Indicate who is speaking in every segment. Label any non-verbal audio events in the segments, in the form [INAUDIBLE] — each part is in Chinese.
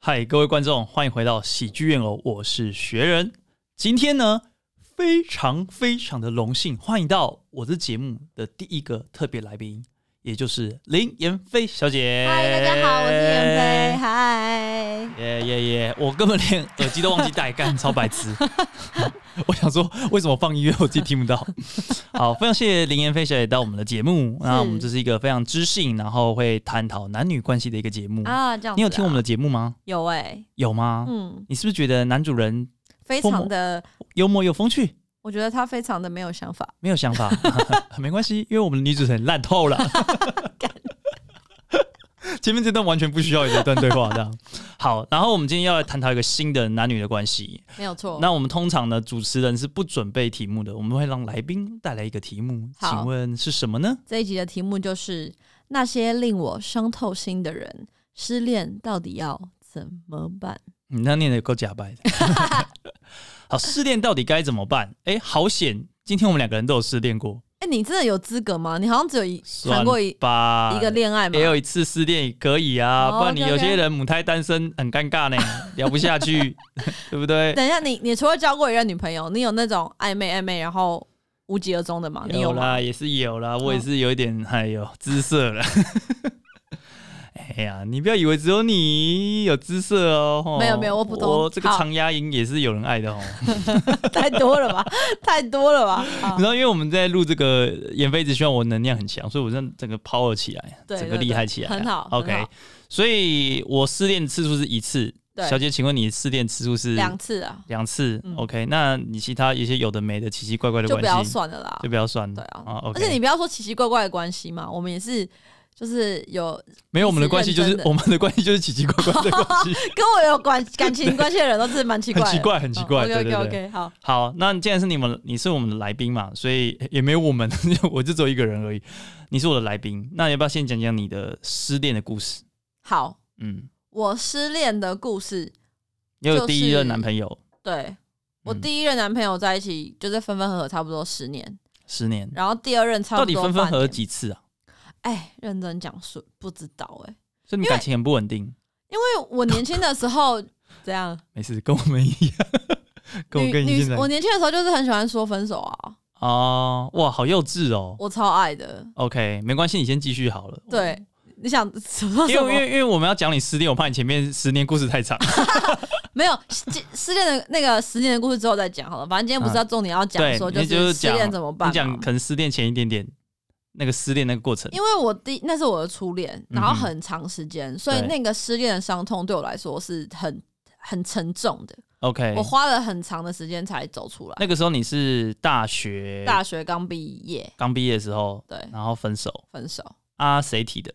Speaker 1: 嗨，各位观众，欢迎回到喜剧院哦，我是学人。今天呢，非常非常的荣幸，欢迎到我的节目的第一个特别来宾，也就是林妍霏小姐。
Speaker 2: 嗨，大家好，我是妍霏。嗨，
Speaker 1: 耶耶耶！我根本连耳机都忘记带， [LAUGHS] 干超白痴。我想说，为什么放音乐我自己听不到？ [LAUGHS] 好，非常谢谢林妍霏小姐到我们的节目。那我们这是一个非常知性，然后会探讨男女关系的一个节目。
Speaker 2: 啊，这样、
Speaker 1: 你有听我们的？节目吗？
Speaker 2: 有哎、
Speaker 1: 有吗？
Speaker 2: 嗯，
Speaker 1: 你是不是觉得男主人
Speaker 2: 非
Speaker 1: 父母
Speaker 2: 常的，
Speaker 1: 幽默又风趣？
Speaker 2: 我觉得他非常的没有想法。
Speaker 1: 没有想 [LAUGHS] 法，没关系，因为我们的女主持人烂透了。 [LAUGHS] 前面这段完全不需要有这段对话，这样好。然后我们今天要来探讨一个新的男女的关系。
Speaker 2: 没有错。
Speaker 1: 那我们通常呢，主持人是不准备题目的，我们会让来宾带来一个题目，
Speaker 2: 好
Speaker 1: 请问是什么呢？
Speaker 2: 这一集的题目就是那些令我伤透心的人，失恋到底要怎么办？
Speaker 1: 你嗯那念的够假白的。 [LAUGHS] 好，失恋到底该怎么办？哎、好险，今天我们两个人都有失恋过，
Speaker 2: 哎、你真的有资格吗？你好像只有一谈过一
Speaker 1: 算吧
Speaker 2: 一个恋爱嘛
Speaker 1: 也？有一次失恋也可以啊，
Speaker 2: 哦
Speaker 1: 不然你有
Speaker 2: OK，OK
Speaker 1: 些人母胎单身很尴尬
Speaker 2: [LAUGHS]
Speaker 1: 呢，聊不下去， [LAUGHS] 对不对？
Speaker 2: 等一下，你你除了交过一任女朋友，你有那种暧昧暧昧然后无疾而终的吗？你
Speaker 1: 有
Speaker 2: 吗？ [LAUGHS] 哦
Speaker 1: 啦，也是有啦，我也是有一点，哎呦，姿色了。 [LAUGHS] 哎呀，你不要以为只有你有姿色哦，吼
Speaker 2: 没有没有我普通
Speaker 1: 我这个
Speaker 2: 好
Speaker 1: 长牙龈也是有人爱的哦。
Speaker 2: 太多了吧，太多了吧？啊
Speaker 1: [LAUGHS] 你知道，因为我们在录这个妍飞，只希望我能量很强，所以我真的整个 power 起来，
Speaker 2: 对
Speaker 1: 整个
Speaker 2: 对
Speaker 1: 厉
Speaker 2: 对
Speaker 1: 害起来啊，
Speaker 2: 很好很
Speaker 1: OK，
Speaker 2: 好
Speaker 1: 所以我失恋次数是一次。
Speaker 2: 对
Speaker 1: 小姐，请问你失恋次数是
Speaker 2: 两次啊，
Speaker 1: 两次、
Speaker 2: 嗯
Speaker 1: o k 那你其他一些有的没的奇奇怪怪的
Speaker 2: 就
Speaker 1: 关
Speaker 2: 不
Speaker 1: 系
Speaker 2: 要算了啦
Speaker 1: 就。不要算了，
Speaker 2: 对啊
Speaker 1: 啊，OK，
Speaker 2: 而且你不要说奇奇怪怪的关系嘛，我们也是，就是有
Speaker 1: 没有我们的关系就是
Speaker 2: 认真的
Speaker 1: 我们的关系就是奇奇怪怪的关系，
Speaker 2: 跟我有关感情关系的人都是 [LAUGHS] 蛮奇怪
Speaker 1: 很
Speaker 2: 的，哦
Speaker 1: 奇怪，很奇怪，对
Speaker 2: OK
Speaker 1: 对
Speaker 2: OK
Speaker 1: 对。
Speaker 2: OK，好，
Speaker 1: 好，那既然是你们，你是我们的来宾嘛，所以也没有我们， [LAUGHS] 我就只有一个人而已。你是我的来宾，那要不要先讲讲你的失恋的故事？
Speaker 2: 好，
Speaker 1: 嗯，
Speaker 2: 我失恋的故事，
Speaker 1: 你有
Speaker 2: 就是
Speaker 1: 第一任男朋友、
Speaker 2: 对我
Speaker 1: 嗯
Speaker 2: 第一任男朋友在一起就是分分合合差不多十年，
Speaker 1: 十年，
Speaker 2: 然后第二任差
Speaker 1: 到
Speaker 2: 不
Speaker 1: 底
Speaker 2: 多
Speaker 1: 分分合合
Speaker 2: 半年？
Speaker 1: 几次啊？
Speaker 2: 哎，认真讲述不知道哎、
Speaker 1: 所以你们感情很不稳定。
Speaker 2: 因为我年轻的时候怎样，
Speaker 1: 没事，跟我们一样， [LAUGHS] 跟我
Speaker 2: 女
Speaker 1: 跟你现
Speaker 2: 女
Speaker 1: 在
Speaker 2: 我年轻的时候就是很喜欢说分手啊，
Speaker 1: 哦，哇，好幼稚哦。
Speaker 2: 我超爱的，
Speaker 1: OK，没关系，你先继续好了。
Speaker 2: 对。你想什么？
Speaker 1: 因为
Speaker 2: 什
Speaker 1: 哦因
Speaker 2: 么
Speaker 1: 为因为我们要讲你失恋，我怕你前面十年故事太长。
Speaker 2: 没有失失恋的那个十年的故事之后再讲好了，反正今天不是要重点要 [LAUGHS] 讲
Speaker 1: 啊对，
Speaker 2: 说
Speaker 1: 你就是
Speaker 2: 失恋
Speaker 1: 讲
Speaker 2: 怎么
Speaker 1: 你
Speaker 2: 办
Speaker 1: 讲
Speaker 2: 嘛？
Speaker 1: 可能失恋前一点点那个失恋那个过程。
Speaker 2: 因为我第那是我的初恋，然后
Speaker 1: 嗯哼
Speaker 2: 很长时间，所以
Speaker 1: 对
Speaker 2: 那个失恋的伤痛对我来说是很很沉重的，
Speaker 1: OK，
Speaker 2: 我花了很长的时间才走出来。
Speaker 1: 那个时候你是大学
Speaker 2: 大学刚毕业，
Speaker 1: 刚毕业的时候，
Speaker 2: 对，
Speaker 1: 然后分手
Speaker 2: 分手。
Speaker 1: 啊，谁提的？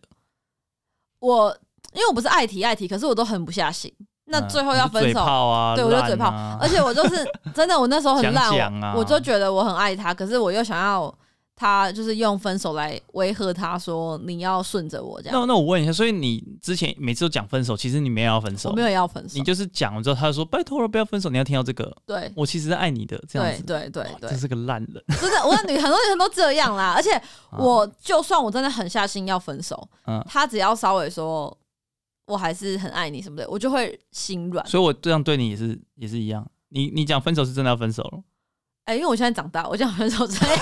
Speaker 2: 我因为我不是爱提爱提，可是我都狠不下心。那
Speaker 1: 嗯
Speaker 2: 最后要
Speaker 1: 你是
Speaker 2: 分
Speaker 1: 嘴
Speaker 2: 手，
Speaker 1: 炮啊，
Speaker 2: 对我就嘴炮
Speaker 1: 烂啊
Speaker 2: 而且我就是
Speaker 1: [LAUGHS]
Speaker 2: 真的，我那时候很烂，
Speaker 1: 讲讲啊
Speaker 2: 我我就觉得我很爱他，可是我又想要他，就是用分手来威吓他说你要顺着我这样，
Speaker 1: 那那我问一下，所以你之前每次都讲分手，其实你没有要分手，
Speaker 2: 我没有要分手
Speaker 1: 你，就是讲了之后，他就说拜托了，不要分手，你要听到这个，
Speaker 2: 对
Speaker 1: 我其实是爱你的，这样
Speaker 2: 对
Speaker 1: 子。
Speaker 2: 对对
Speaker 1: 哇
Speaker 2: 对
Speaker 1: 真，是个啊烂人。啊
Speaker 2: 真的，我的女很多女生都这样啦，而且我就算我真的狠下心要分手，
Speaker 1: 嗯，
Speaker 2: 他只要稍微说我还是很爱你什么的，我就会心软。
Speaker 1: 所以我这样对你也是也是一样。你你讲分手是真的要分手了， [LAUGHS]
Speaker 2: 哎、因为我现在长大，我讲分手真的要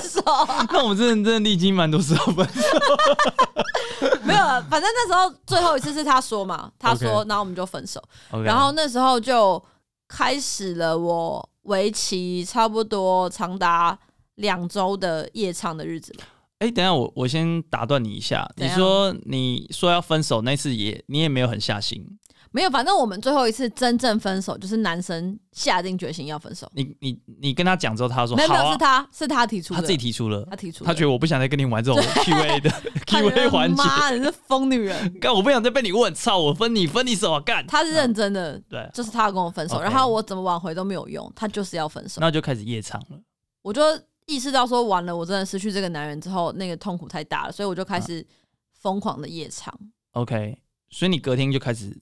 Speaker 2: 分手 [LAUGHS] 啊
Speaker 1: 那我们真的真的历经蛮多次要分手。
Speaker 2: 没有啦，反正那时候最后一次是他说嘛，他说，
Speaker 1: OK
Speaker 2: 然后我们就分手。
Speaker 1: OK
Speaker 2: 然后那时候就开始了我为期差不多长达两周的夜唱的日子嘛。
Speaker 1: 哎、等一下我我先打断你一下，
Speaker 2: 怎
Speaker 1: 你
Speaker 2: 样
Speaker 1: 说你说要分手那次也你也没有很下心，
Speaker 2: 没有，反正我们最后一次真正分手就是男生下定决心要分手，
Speaker 1: 你你你跟他讲之后，他说
Speaker 2: 没有
Speaker 1: 好
Speaker 2: 没
Speaker 1: 啊，
Speaker 2: 有是他是他提出的，
Speaker 1: 他自己提出了，
Speaker 2: 他提出的，
Speaker 1: 他觉得我不想再跟你玩
Speaker 2: [LAUGHS]
Speaker 1: 这种 Q&A 的 Q&A 环节，
Speaker 2: 妈你是疯女
Speaker 1: [LAUGHS]
Speaker 2: 人，
Speaker 1: 干我不想再被你问，操我分你分你手啊干，
Speaker 2: 他是认真的，
Speaker 1: 对，
Speaker 2: 就是他要跟我分手，
Speaker 1: 嗯 OK 嗯
Speaker 2: 然后我怎么挽回都没有用，他就是要分手，
Speaker 1: 那就开始夜唱了。
Speaker 2: 我就意识到说完了，我真的失去这个男人之后，那个痛苦太大了，所以我就开
Speaker 1: 嗯
Speaker 2: 始疯狂的夜唱。
Speaker 1: OK，所以你隔天就开始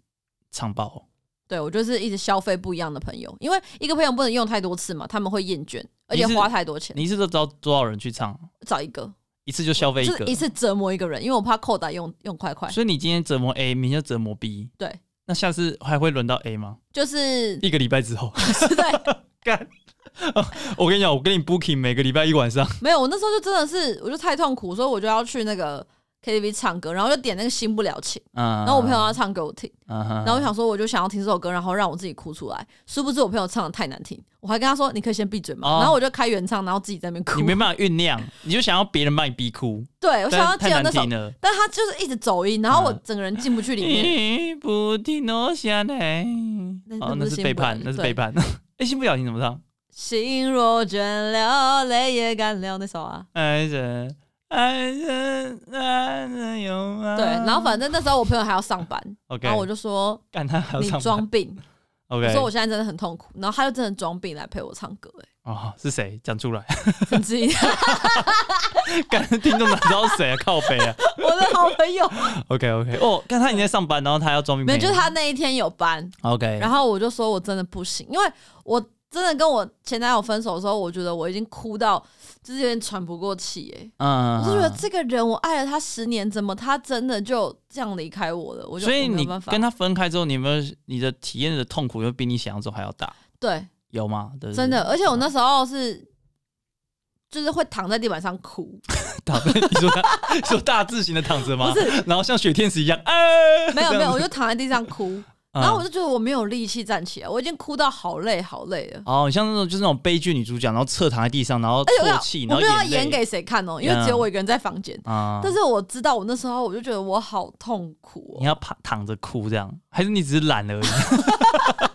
Speaker 1: 唱爆，
Speaker 2: 对我就是一直消费不一样的朋友，因为一个朋友不能用太多次嘛，他们会厌倦，而且
Speaker 1: 你是
Speaker 2: 花太多钱。
Speaker 1: 你一次都招多少人去唱？
Speaker 2: 找一个，
Speaker 1: 一次就消费一
Speaker 2: 就
Speaker 1: 个，
Speaker 2: 是一次折磨一个人，因为我怕扣打用用快快。
Speaker 1: 所以你今天折磨 A，明天就折磨 B。
Speaker 2: 对，
Speaker 1: 那下次还会轮到 A 吗？ [LAUGHS]
Speaker 2: 就是
Speaker 1: 一个礼拜之后，
Speaker 2: 对，
Speaker 1: 干！我跟你讲，我跟你 booking 每个礼拜一晚上，
Speaker 2: 没有，我那时候就真的是，我就太痛苦，所以我就要去那个 KTV 唱歌，然后就点那个《新不了情》，
Speaker 1: 嗯，
Speaker 2: [LAUGHS] 然后我朋友要唱给我听，
Speaker 1: 嗯哼，然
Speaker 2: 然后我想说，我就想要听这首歌，然后让我自己哭出来。殊不知我朋友唱的太难听，我还跟他说：“你可以先闭嘴嘛。
Speaker 1: 哦
Speaker 2: 然后我就开原唱，然后自己在那边哭
Speaker 1: 你。没办法酝酿，你就想要别人把你逼哭，
Speaker 2: 对，我
Speaker 1: 我
Speaker 2: 想要记
Speaker 1: 太
Speaker 2: 得那
Speaker 1: 难
Speaker 2: 首
Speaker 1: 听，啊了。
Speaker 2: 但他就是一直走音，然后我
Speaker 1: 嗯
Speaker 2: 整个人进不去里面。
Speaker 1: 你不听我下来，
Speaker 2: 那
Speaker 1: 哦，
Speaker 2: 那不
Speaker 1: 那
Speaker 2: 是
Speaker 1: 是
Speaker 2: 新
Speaker 1: 背
Speaker 2: 不了
Speaker 1: 叛，那是
Speaker 2: 对
Speaker 1: 背叛。 [LAUGHS] 哎，新不了情怎么唱？
Speaker 2: 心若倦了，泪也干了那首啊。
Speaker 1: 爱人，爱人，爱人有吗？
Speaker 2: 对，然后反正那时候我朋友还要上班，
Speaker 1: OK，
Speaker 2: 然后我就说
Speaker 1: 干他还要
Speaker 2: 你
Speaker 1: 上班
Speaker 2: 装 [LAUGHS] 病，我
Speaker 1: OK，
Speaker 2: 说我现在真的很痛苦，然后他就真的装病来陪我唱歌、欸， [LAUGHS]
Speaker 1: 哦是谁讲出来？ [LAUGHS]
Speaker 2: 甚至
Speaker 1: 干听众哪知道谁啊？靠北啊
Speaker 2: 我的好朋友，
Speaker 1: ！OK OK，哦，干他已经在上班，然后他要装病
Speaker 2: 没
Speaker 1: 陪你，
Speaker 2: 有，就是他那一天有班，
Speaker 1: OK，
Speaker 2: 然后我就说我真的不行，因为我真的跟我前男友分手的时候，我觉得我已经哭到就是有点喘不过气、欸，
Speaker 1: 嗯
Speaker 2: 我就觉得这个人，我爱了他十年，怎么他真的就这样离开我了？我就
Speaker 1: 所以
Speaker 2: 我没
Speaker 1: 你
Speaker 2: 有办法
Speaker 1: 跟他分开之后，你有没有你的体验的痛苦，又比你想象中还要大？
Speaker 2: 对，
Speaker 1: 有吗？对不对
Speaker 2: 真的，而且我那时候是就是会躺在地板
Speaker 1: [LAUGHS]
Speaker 2: 上哭，
Speaker 1: 躺着，你说他你说大字型的躺着吗？
Speaker 2: 不是，
Speaker 1: 然后像雪天使一样，哎，
Speaker 2: 没有
Speaker 1: 这
Speaker 2: 没
Speaker 1: 样
Speaker 2: 有，
Speaker 1: 子
Speaker 2: 我就躺在地上哭，然后
Speaker 1: [LAUGHS]
Speaker 2: 我
Speaker 1: 嗯
Speaker 2: 就觉得我没有力气站起来，我已经哭到好累好累了。
Speaker 1: 哦，你像那种就是那种悲剧女主角，然后侧躺在地上，然后
Speaker 2: 而且我
Speaker 1: 啜
Speaker 2: 不
Speaker 1: 泣，
Speaker 2: 知道
Speaker 1: 然
Speaker 2: 我
Speaker 1: 后
Speaker 2: 不知道
Speaker 1: 泪嗯
Speaker 2: 要演给谁看哦，因为只有我一个人在房间。
Speaker 1: 啊，
Speaker 2: 但是我知道，我那时候我就觉得我好痛苦
Speaker 1: 你
Speaker 2: 哦。
Speaker 1: 要躺躺着哭这样，还是你只是懒
Speaker 2: [LAUGHS]
Speaker 1: 而已？ [LAUGHS]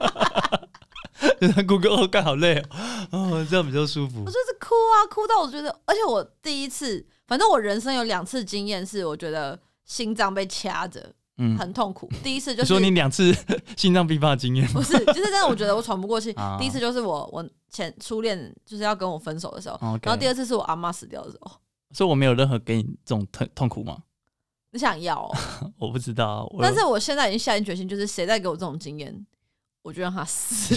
Speaker 1: 就是哭个哦，干好累哦，哦，这样比较舒服
Speaker 2: 我就是哭啊，哭到我觉得，而且我第一次，反正我人生有两次经验是，我觉得心脏被掐着，
Speaker 1: 嗯，
Speaker 2: 很痛苦。第一次就
Speaker 1: 你
Speaker 2: 是
Speaker 1: 说你两次 [LAUGHS] 心脏病发的经验吗
Speaker 2: 不是，就是真的，我觉得我喘不过气
Speaker 1: 啊。
Speaker 2: [LAUGHS] 第一次就是我我前初恋就是要跟我分手的时候，
Speaker 1: 哦，OK，
Speaker 2: 然后第二次是我阿妈死掉的时候。
Speaker 1: 所以我没有任何给你这种痛痛苦吗？ [LAUGHS]
Speaker 2: 你想要哦、
Speaker 1: 我不知道， [LAUGHS] 我
Speaker 2: 但是我现在已经下定决心，就是谁再给我这种经验，我就让他
Speaker 1: [LAUGHS]
Speaker 2: 死。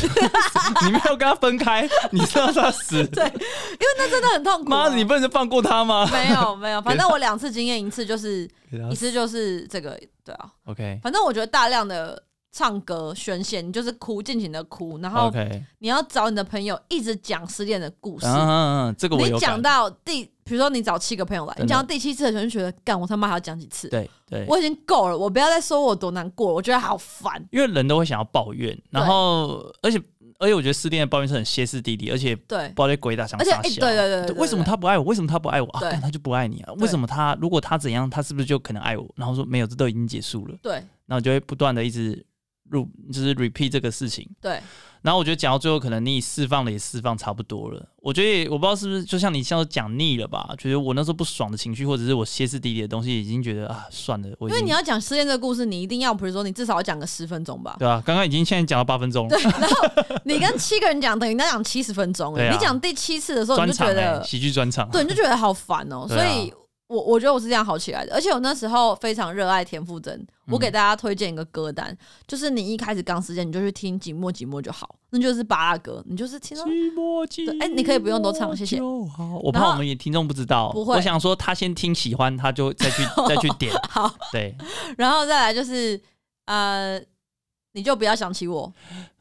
Speaker 1: 你没有跟他分
Speaker 2: [LAUGHS]
Speaker 1: 开，你是让他死，
Speaker 2: 对，因为那真的很痛苦啊、
Speaker 1: 妈的，你不能放过他吗？
Speaker 2: 没有没有，反正我两次经验，一次就是一次就是这个，对啊，
Speaker 1: OK
Speaker 2: 反正我觉得大量的唱歌宣泄，你就是哭，尽情的哭，然后
Speaker 1: OK，
Speaker 2: 你要找你的朋友一直讲失恋的故事。
Speaker 1: 嗯嗯嗯，这个我
Speaker 2: 你
Speaker 1: 有
Speaker 2: 讲
Speaker 1: 感，
Speaker 2: 到第，比如说你找七个朋友来，
Speaker 1: 真的
Speaker 2: 你讲到第七次的时候，你就觉得干我他妈还要讲几次？
Speaker 1: 对对，
Speaker 2: 我已经够了，我不要再说我多难过，我觉得好烦。
Speaker 1: 因为人都会想要抱怨，然后而且而且我觉得失恋的抱怨是很歇斯底里，而且不
Speaker 2: 对
Speaker 1: 知道在鬼打墙
Speaker 2: 而且
Speaker 1: 傻
Speaker 2: 哎
Speaker 1: 笑。
Speaker 2: 对对对对对
Speaker 1: 为什么他不爱我？为什么他不爱我啊？
Speaker 2: 对
Speaker 1: 干他就不爱你啊？
Speaker 2: 对
Speaker 1: 为什么他如果他怎样，他是不是就可能爱我？然后说没有，这都已经结束了，
Speaker 2: 对
Speaker 1: 然后你就会不断的一直。入就是 repeat 这个事情，
Speaker 2: 对，
Speaker 1: 然后我觉得讲到最后，可能你释放了也释放差不多了。我觉得也我不知道是不是就像你像讲腻了吧？觉得我那时候不爽的情绪，或者是我歇斯底里的东西，已经觉得啊算了，我已
Speaker 2: 因为
Speaker 1: 经
Speaker 2: 你要讲失恋这个故事，你一定要比如说你至少要讲个十分钟
Speaker 1: [LAUGHS]
Speaker 2: 吧。
Speaker 1: 对吧、刚刚已经现在讲到八分钟，
Speaker 2: 你跟七个人讲，等于他讲七十分钟、
Speaker 1: 对
Speaker 2: 欸。
Speaker 1: 啊
Speaker 2: 你讲第七次的时候，
Speaker 1: 专
Speaker 2: 你就
Speaker 1: 场
Speaker 2: 觉
Speaker 1: 哎、
Speaker 2: 得，
Speaker 1: 喜剧专场，
Speaker 2: 对，你就觉得好烦哦、
Speaker 1: 对
Speaker 2: 所
Speaker 1: 啊
Speaker 2: 以我我觉得我是这样好起来的。而且我那时候非常热爱田馥甄，
Speaker 1: 嗯
Speaker 2: 我给大家推荐一个歌单，就是你一开始刚失恋，你就去听《寂寞寂寞》就好，那就是巴拉歌，你就是听到
Speaker 1: 寂寞寂
Speaker 2: 对哎你可以不用多唱谢谢
Speaker 1: 寞就好我
Speaker 2: 然
Speaker 1: 怕
Speaker 2: 后
Speaker 1: 我们也听众不知道，
Speaker 2: 不会
Speaker 1: 我想说他先听喜欢，他就再
Speaker 2: [LAUGHS]
Speaker 1: 去再去点。
Speaker 2: 好，
Speaker 1: 对，
Speaker 2: 然后再来就是呃，你就不要想起我，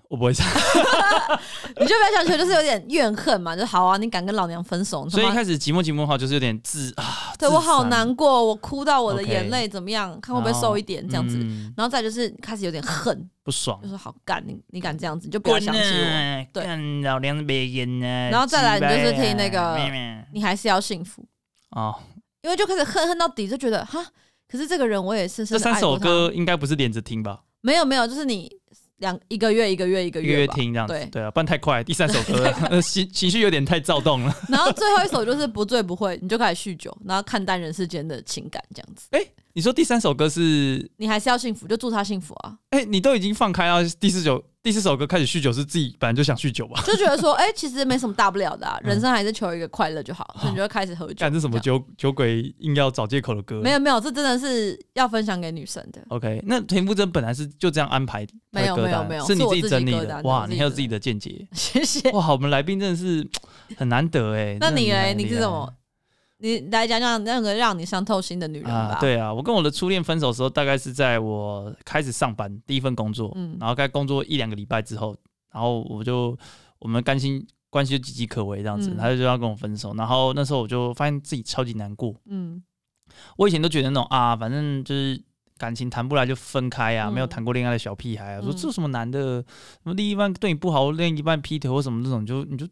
Speaker 1: 我不会
Speaker 2: [LAUGHS]
Speaker 1: 唱，
Speaker 2: 你就不要想起我，就是有点怨恨嘛，就 [LAUGHS] 好啊，你敢跟老娘分手，你他
Speaker 1: 所以一
Speaker 2: 妈
Speaker 1: 开始寂寞寂寞的话就是有点自啊，
Speaker 2: 对
Speaker 1: 自
Speaker 2: 我好
Speaker 1: 残
Speaker 2: 难过，我哭到我的
Speaker 1: OK
Speaker 2: 眼泪怎么样？看会不会瘦一点这样子。嗯
Speaker 1: 嗯
Speaker 2: 然后再就是开始有点恨，
Speaker 1: 不爽
Speaker 2: 就，是好干你，你敢这样子，你就不要
Speaker 1: 滚
Speaker 2: 想起我，
Speaker 1: 啊！
Speaker 2: 对
Speaker 1: 干老娘别演呢。
Speaker 2: 然后再来你就是听那个
Speaker 1: 鸡掰啊妹妹
Speaker 2: 你还是要幸福，
Speaker 1: 哦，
Speaker 2: 因为就开始恨恨到底，就觉得哈，可是这个人我也深深
Speaker 1: 这
Speaker 2: 地
Speaker 1: 三
Speaker 2: 爱
Speaker 1: 首
Speaker 2: 过他
Speaker 1: 歌应该不是连着听吧？
Speaker 2: 没有没有，就是你两一个月一个月一个
Speaker 1: 一个月
Speaker 2: 吧，
Speaker 1: 听这样子
Speaker 2: 对，
Speaker 1: 对啊，不然太快。第三首歌呃情情绪有点太躁动了。
Speaker 2: [LAUGHS] 然后最后一首就是不醉不会，你就开始酗酒，然后看淡人世间的情感这样子，
Speaker 1: 哎，你说第三首歌是
Speaker 2: 你还是要幸福，就祝他幸福啊，
Speaker 1: 哎、你都已经放开啊！第四首第四首歌开始酗酒，是自己本来就想酗酒
Speaker 2: [LAUGHS]
Speaker 1: 吧？
Speaker 2: 就觉得说哎、其实没什么大不了的、啊，人生还是求一个快乐就好，所以你就会开始喝酒
Speaker 1: 嗯干，这什么
Speaker 2: 样
Speaker 1: 酒酒鬼硬要找借口的歌？
Speaker 2: 啊没有没有，这真的是要分享给女生的。
Speaker 1: OK，那田馥甄本来是就这样安排她的
Speaker 2: 没有
Speaker 1: 歌单
Speaker 2: 没有没有
Speaker 1: 啊是你
Speaker 2: 是我
Speaker 1: 己
Speaker 2: 自己
Speaker 1: 整理
Speaker 2: 歌
Speaker 1: 的
Speaker 2: 单的
Speaker 1: 哇！
Speaker 2: 我自己
Speaker 1: 你还有
Speaker 2: 整
Speaker 1: 自
Speaker 2: 理
Speaker 1: 己的见解
Speaker 2: [LAUGHS] 谢谢。
Speaker 1: 哇！我们来宾真的是很难得哎、
Speaker 2: 那
Speaker 1: 真的
Speaker 2: 你
Speaker 1: 很
Speaker 2: 嘞？
Speaker 1: 难
Speaker 2: 你
Speaker 1: 得
Speaker 2: 是
Speaker 1: 哎
Speaker 2: 怎么？你来讲讲那个让你伤透心的女人吧。
Speaker 1: 啊，，对啊，我跟我的初恋分手的时候，大概是在我开始上班第一份工作，
Speaker 2: 嗯
Speaker 1: 然后该工作一两个礼拜之后，然后我就我们甘心关系就岌岌可危这样子，
Speaker 2: 嗯
Speaker 1: 他就要跟我分手，然后那时候我就发现自己超级难过，
Speaker 2: 嗯
Speaker 1: 我以前都觉得那种啊，反正就是感情谈不来就分开啊，
Speaker 2: 嗯
Speaker 1: 没有谈过恋爱的小屁孩啊，说
Speaker 2: 嗯
Speaker 1: 这有什么难的，什么另一半对你不好，另一半劈腿或什么这种，你就你就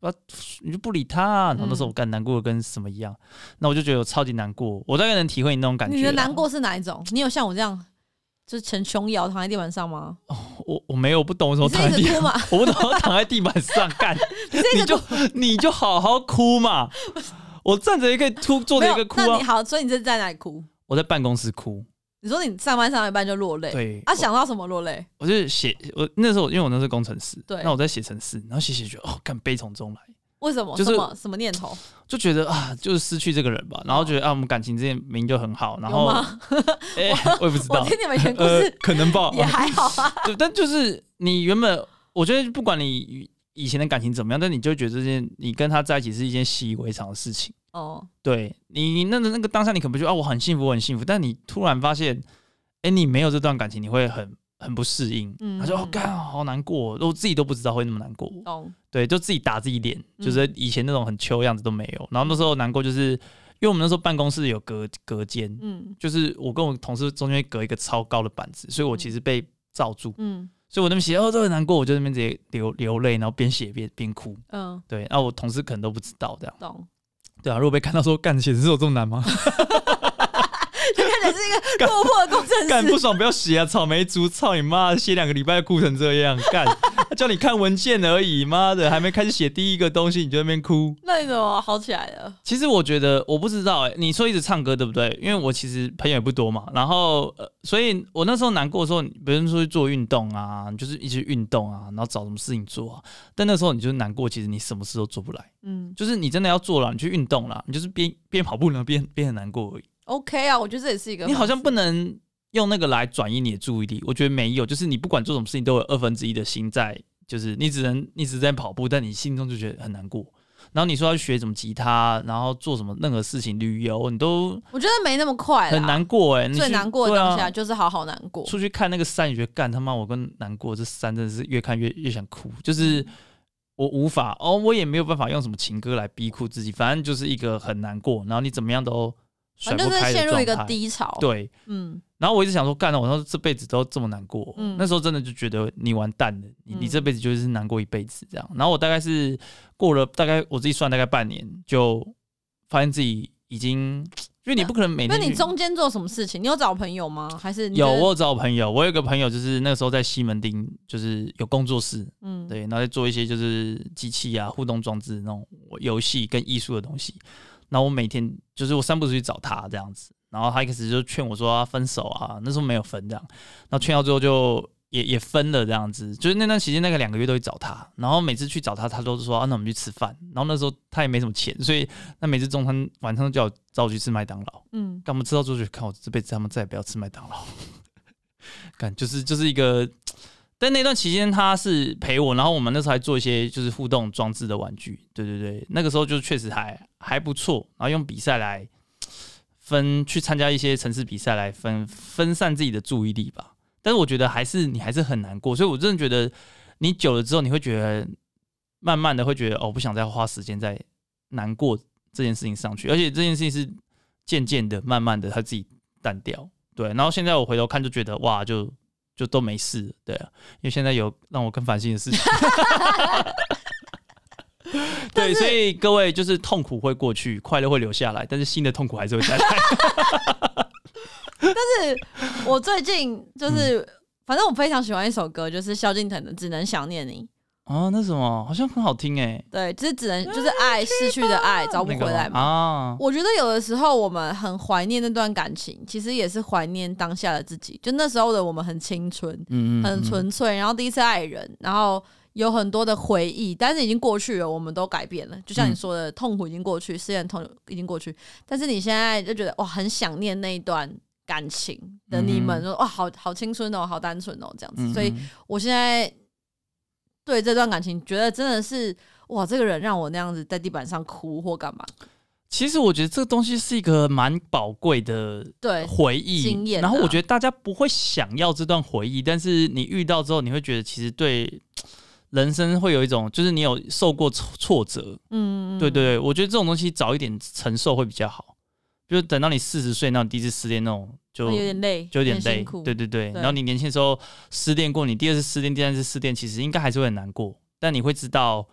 Speaker 1: 啊你就不理他、啊，
Speaker 2: 嗯
Speaker 1: 然后那时候我干难过得跟什么一样，那我就觉得我超级难过，我大概能体会你那种感觉。啊
Speaker 2: 你的难，过是哪一种？你有像我这样就是成琼瑶躺在地板上吗？
Speaker 1: 我我没有，我不懂为什么
Speaker 2: 你
Speaker 1: 躺在
Speaker 2: 是一
Speaker 1: 地
Speaker 2: 直哭
Speaker 1: 上，
Speaker 2: 吗？
Speaker 1: [LAUGHS] 我不懂我躺在地板
Speaker 2: [LAUGHS]
Speaker 1: 上干，
Speaker 2: 一
Speaker 1: 你
Speaker 2: 直
Speaker 1: 就你就好好哭
Speaker 2: [LAUGHS]
Speaker 1: 嘛，我站着也可以哭，坐着也可以哭
Speaker 2: [LAUGHS] 没有那
Speaker 1: 啊
Speaker 2: 你，好，所以你是在哪里哭？
Speaker 1: 我在办公室哭，
Speaker 2: 你说你上班上到一半就落泪，
Speaker 1: 对，
Speaker 2: 啊，想到什么落泪？
Speaker 1: 我就是写我那时候，因为我那时候工程师，
Speaker 2: 对
Speaker 1: 那我在写程式，然后写写觉得哦，干悲从中来，
Speaker 2: 为什么？
Speaker 1: 就是
Speaker 2: 什么什么念头？
Speaker 1: 就觉得啊，就是失去这个人吧，然后觉得啊，我们感情之间明明就很好，然
Speaker 2: 有
Speaker 1: 后
Speaker 2: 吗？
Speaker 1: 哎、我也不知
Speaker 2: [LAUGHS] 我
Speaker 1: 道，
Speaker 2: 听你们以前故
Speaker 1: 呃
Speaker 2: 事，
Speaker 1: 可能吧，
Speaker 2: 也还好啊。
Speaker 1: 对，但就是你原本我觉得不管你以前的感情怎么样，但你就觉得这件你跟他在一起是一件习以为常的事情，
Speaker 2: 哦，对
Speaker 1: 对你那个那个当下你可能不觉得啊，我很幸福，我很幸福，但你突然发现，哎、你没有这段感情，你会很很不适应，
Speaker 2: 嗯
Speaker 1: 他说哦，干好难过，哦我自己都不知道会那么难过，哦
Speaker 2: 懂。
Speaker 1: 对，就自己打自己脸，
Speaker 2: 嗯
Speaker 1: 就是以前那种很秋样子都没有。然后那时候难过，就是因为我们那时候办公室有隔隔间，
Speaker 2: 嗯
Speaker 1: 就是我跟我同事中间会隔一个超高的板子，所以我其实被罩住，
Speaker 2: 嗯
Speaker 1: 所以我那边写哦都很难过，我就在那边直接流流泪，然后边写边边哭。
Speaker 2: 嗯，
Speaker 1: 对，那、啊、我同事可能都不知道这样。
Speaker 2: 懂。
Speaker 1: 对啊，如果被看到说干写字有这么难吗？ [LAUGHS]
Speaker 2: 他看起来是一个落魄的工
Speaker 1: 干
Speaker 2: 程
Speaker 1: 不
Speaker 2: 师，
Speaker 1: 爽不要写啊！草莓族，操你妈！写两个礼拜哭成这样，干 [LAUGHS] 啊叫你看文件而已，妈的，还没开始写第一个东西你就在那边哭。
Speaker 2: 那你怎么好起来了？
Speaker 1: 其实我觉得我不知道哎、你说一直唱歌对不对？因为我其实朋友也不多嘛，然后呃，所以我那时候难过的时候，别人说去做运动啊，你就是一直运动啊，然后找什么事情做啊。但那时候你就难过，其实你什么事都做不来，
Speaker 2: 嗯
Speaker 1: 就是你真的要做了，你去运动了，你就是边边跑步呢，边边很难过而已。
Speaker 2: ，OK 啊，我觉得这也是一个方式。
Speaker 1: 你好像不能用那个来转移你的注意力，我觉得没有，就是你不管做什么事情都有二分之一的心在，就是你只能一直在跑步，但你心中就觉得很难过。然后你说要学什么吉他，然后做什么任何事情，旅游你都
Speaker 2: 我觉得没那么快啦，
Speaker 1: 很难过哎、你去
Speaker 2: 最难过的当下
Speaker 1: 对
Speaker 2: 就是好好难过
Speaker 1: 啊、。出去看那个山，你觉得干他妈我跟难过这山真的是越看越越想哭，
Speaker 2: 嗯
Speaker 1: 就是我无法哦，我也没有办法用什么情歌来逼哭自己，反正就是一个很难过，然后你怎么样都甩
Speaker 2: 反
Speaker 1: 不
Speaker 2: 正就是
Speaker 1: 开
Speaker 2: 陷
Speaker 1: 的
Speaker 2: 入
Speaker 1: 状
Speaker 2: 一个
Speaker 1: 态。
Speaker 2: 低潮。，
Speaker 1: 对，
Speaker 2: 嗯，
Speaker 1: 然后我一直想说，干了，我说这辈子都这么难过，
Speaker 2: 嗯
Speaker 1: 那时候真的就觉得你完蛋了，你你
Speaker 2: 嗯
Speaker 1: 这辈子就是难过一辈子这样。然后我大概是过了大概我自己算大概半年，就发现自己已经，因为你不可能每
Speaker 2: 那
Speaker 1: 天
Speaker 2: 你
Speaker 1: 去
Speaker 2: 中间做什么事情？你有找朋友吗？还是你
Speaker 1: 有
Speaker 2: 觉得
Speaker 1: 我有找我朋友，我有一个朋友就是那个时候在西门町，就是有工作室，
Speaker 2: 嗯，
Speaker 1: 对，然后在做一些就是机器啊、互动装置那种游戏跟艺术的东西。然后我每天就是我散步出去找他这样子，然后他一开始就劝我说要分手啊，那时候没有分这样，然后劝到最后就也也分了这样子，就是那段时间那个两个月都去找他，然后每次去找他，他都是说啊，那我们去吃饭，然后那时候他也没什么钱，所以那每次中餐晚上都叫我找我去吃麦当劳，
Speaker 2: 嗯，
Speaker 1: 干嘛吃到最后就看我这辈子他们再也不要吃麦当劳， [LAUGHS] 感就是就是一个。但那段期间他是陪我，然后我们那时候还做一些就是互动装置的玩具，对对对，那个时候就确实还还不错，然后用比赛来分去参加一些城市比赛来分分散自己的注意力吧。但是我觉得还是你还是很难过，所以我真的觉得你久了之后你会觉得慢慢的会觉得哦，不想再花时间在难过这件事情上去，而且这件事情是渐渐的、慢慢的，他自己淡掉。对，然后现在我回头看就觉得哇，就就都没事了，对啊，因为现在有让我更烦心的事 [LAUGHS] 情。对，所以各位就是痛苦会过去，快乐会留下来，但是新的痛苦还是会再来。 [LAUGHS]
Speaker 2: 但是我最近就是，反正我非常喜欢一首歌，就是萧敬腾的《只能想念你》。
Speaker 1: 啊，那什么好像很好听哎、
Speaker 2: 对，就是只能就是爱逝去的爱找不
Speaker 1: 那个
Speaker 2: 回来
Speaker 1: 吗
Speaker 2: 嘛。
Speaker 1: 啊，
Speaker 2: 我觉得有的时候我们很怀念那段感情，其实也是怀念当下的自己。就那时候的我们很青春，
Speaker 1: 嗯
Speaker 2: 很纯粹，然后第一次爱人，然后有很多的回忆，但是已经过去了，我们都改变了。
Speaker 1: 嗯
Speaker 2: 就像你说的，痛苦已经过去，失恋痛已经过去，但是你现在就觉得哇，很想念那一段感情的你们，
Speaker 1: 嗯
Speaker 2: 说哇，好好青春哦，好单纯哦，这样子。
Speaker 1: 嗯
Speaker 2: 所以
Speaker 1: 嗯
Speaker 2: 我现在对这段感情，觉得真的是哇，这个人让我那样子在地板上哭或干嘛，
Speaker 1: 其实我觉得这个东西是一个蛮宝贵的
Speaker 2: 对，
Speaker 1: 回忆
Speaker 2: 经验啊
Speaker 1: 然后我觉得大家不会想要这段回忆，但是你遇到之后，你会觉得其实对人生会有一种，就是你有受过挫挫折，
Speaker 2: 嗯，
Speaker 1: 对对对，我觉得这种东西早一点承受会比较好，就是等到你四十岁，那种第一次失恋那种就。
Speaker 2: 会有点累，
Speaker 1: 就有点
Speaker 2: 辛
Speaker 1: 累
Speaker 2: 苦，，
Speaker 1: 对对对。
Speaker 2: 对
Speaker 1: 然后你年轻的时候失恋过，你第二次失恋、第三次失恋，其实应该还是会很难过，但你会知道，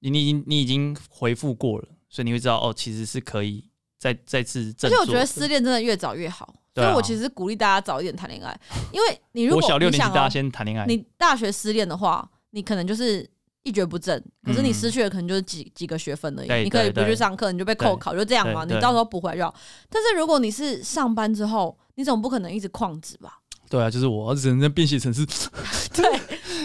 Speaker 1: 你你已经你已经回复过了，所以你会知道哦，其实是可以再再次振
Speaker 2: 而且
Speaker 1: 作。
Speaker 2: 我觉得失恋真的越早越好，
Speaker 1: 对
Speaker 2: 所以
Speaker 1: 啊
Speaker 2: 我其实鼓励大家早一点谈恋爱，因为你如
Speaker 1: 我
Speaker 2: 果
Speaker 1: 小六
Speaker 2: 你
Speaker 1: 年级
Speaker 2: 想
Speaker 1: 大家
Speaker 2: 哦
Speaker 1: 先谈恋爱，
Speaker 2: 你大学失恋的话，你可能就是一蹶不振，可是你失去的可能就是几几个学分而
Speaker 1: 嗯对
Speaker 2: 已，你可以不
Speaker 1: 对
Speaker 2: 去上课，你就被扣考，就这样嘛，
Speaker 1: 对
Speaker 2: 你
Speaker 1: 对
Speaker 2: 到时候补回来就好。但是如果你是上班之后，你总不可能一直旷职吧？
Speaker 1: 对啊，就是我只能变写成是，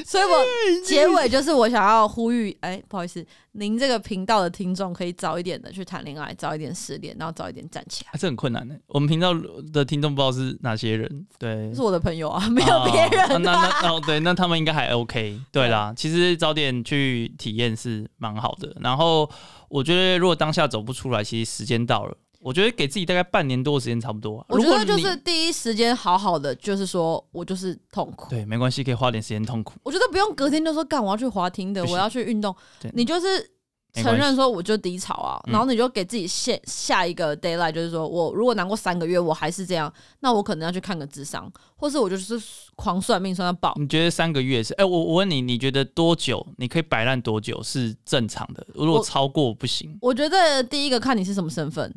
Speaker 2: 所
Speaker 1: [LAUGHS]
Speaker 2: 以我结尾就是我想要呼吁，哎、不好意思，您这个频道的听众可以早一点的去谈恋爱，早一点失恋，然后早一点站起来。
Speaker 1: 还是很困难的。我们频道的听众不知道是哪些人，对
Speaker 2: 这，是我的朋友啊， [LAUGHS] 没有别
Speaker 1: 哦
Speaker 2: 人、
Speaker 1: 那
Speaker 2: 啊
Speaker 1: 那哦，对，那他们应该还 OK。对啦，其实早点去体验是蛮好的。然后我觉得，如果当下走不出来，其实时间到了，我觉得给自己大概半年多的时间差不多啊、
Speaker 2: 我觉
Speaker 1: 如果
Speaker 2: 得
Speaker 1: 你
Speaker 2: 就是第一时间好好的，就是说我就是痛苦，
Speaker 1: 对，没关系，可以花点时间痛苦。
Speaker 2: 我觉得不用隔天就说干，我要去滑听的，
Speaker 1: 不行
Speaker 2: 我要去运动
Speaker 1: 对，
Speaker 2: 你就是
Speaker 1: 没
Speaker 2: 承
Speaker 1: 关
Speaker 2: 认
Speaker 1: 系
Speaker 2: 说我就低潮啊，
Speaker 1: 嗯
Speaker 2: 然后你就给自己下下一个 d a y l i g h t 就是说我如果难过三个月我还是这样，那我可能要去看个智商，或是我就是狂算命算到爆。
Speaker 1: 你觉得三个月是？哎、我我问你，你觉得多久你可以摆烂多久是正常的？如果
Speaker 2: 我
Speaker 1: 超过不行，
Speaker 2: 我觉得第一个看你是什么身份，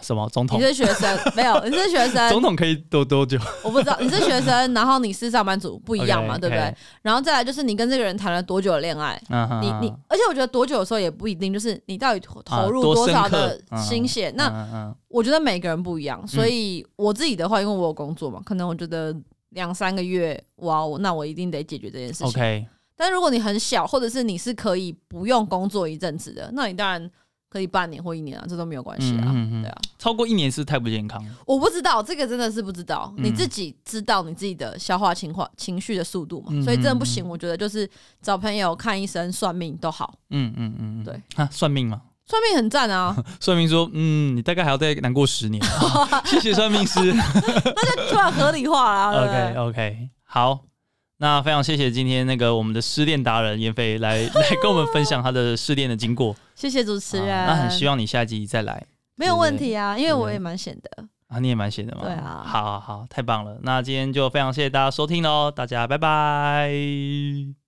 Speaker 1: 什么总
Speaker 2: 你
Speaker 1: 统？
Speaker 2: 是学生没有？你是学
Speaker 1: [LAUGHS] 总
Speaker 2: 生，
Speaker 1: 统可以多多久？
Speaker 2: 我不知道你是学生，然后你是上班族，不一样嘛
Speaker 1: OK，
Speaker 2: 对不对
Speaker 1: OK？？
Speaker 2: 然后再来就是你跟这个人谈了多久的恋爱，
Speaker 1: 嗯哼
Speaker 2: 你你，而且我觉得多久的时候也不一定，就是你到底投
Speaker 1: 啊
Speaker 2: 投入
Speaker 1: 多
Speaker 2: 多
Speaker 1: 深
Speaker 2: 少
Speaker 1: 刻
Speaker 2: 的
Speaker 1: 嗯
Speaker 2: 心血，那
Speaker 1: 嗯嗯
Speaker 2: 我觉得每个人不一样，所以我自己的话，因为我有工作嘛，可能我觉得两三个月，哇，我那我一定得解决这件事情。
Speaker 1: ，OK，
Speaker 2: 但如果你很小，或者是你是可以不用工作一阵子的，那你当然可以半年或一年啊，这都没有关系啊。
Speaker 1: 嗯
Speaker 2: 对啊，
Speaker 1: 超过一年是不是太不健康了。
Speaker 2: 我不知道这个真的是不知道，
Speaker 1: 嗯
Speaker 2: 你自己知道你自己的消化情况、情绪的速度嘛。
Speaker 1: 嗯
Speaker 2: 所以真的不行，我觉得就是找朋友、看医生、算命都好，
Speaker 1: 嗯嗯嗯，嗯
Speaker 2: 对
Speaker 1: 啊，算命嘛，
Speaker 2: 算命很
Speaker 1: [LAUGHS]
Speaker 2: 赞啊。
Speaker 1: 算命说，嗯，你大概还要再难过十
Speaker 2: [LAUGHS]
Speaker 1: 年，谢谢算命师。
Speaker 2: 突然合理化啦，对不对
Speaker 1: OK 哦 OK，好，那非常谢谢今天那个我们的失恋达人闫飞来来跟我们分享他的失恋的经过，
Speaker 2: 谢谢主持
Speaker 1: 啊
Speaker 2: 人，
Speaker 1: 那很希望你下集再来
Speaker 2: 没有问题啊，因为
Speaker 1: 对不对
Speaker 2: 我也蛮闲的。
Speaker 1: 啊，你也蛮闲的嘛。
Speaker 2: 对啊
Speaker 1: 好好好，太棒了，那今天就非常谢谢大家收听喽，大家拜拜。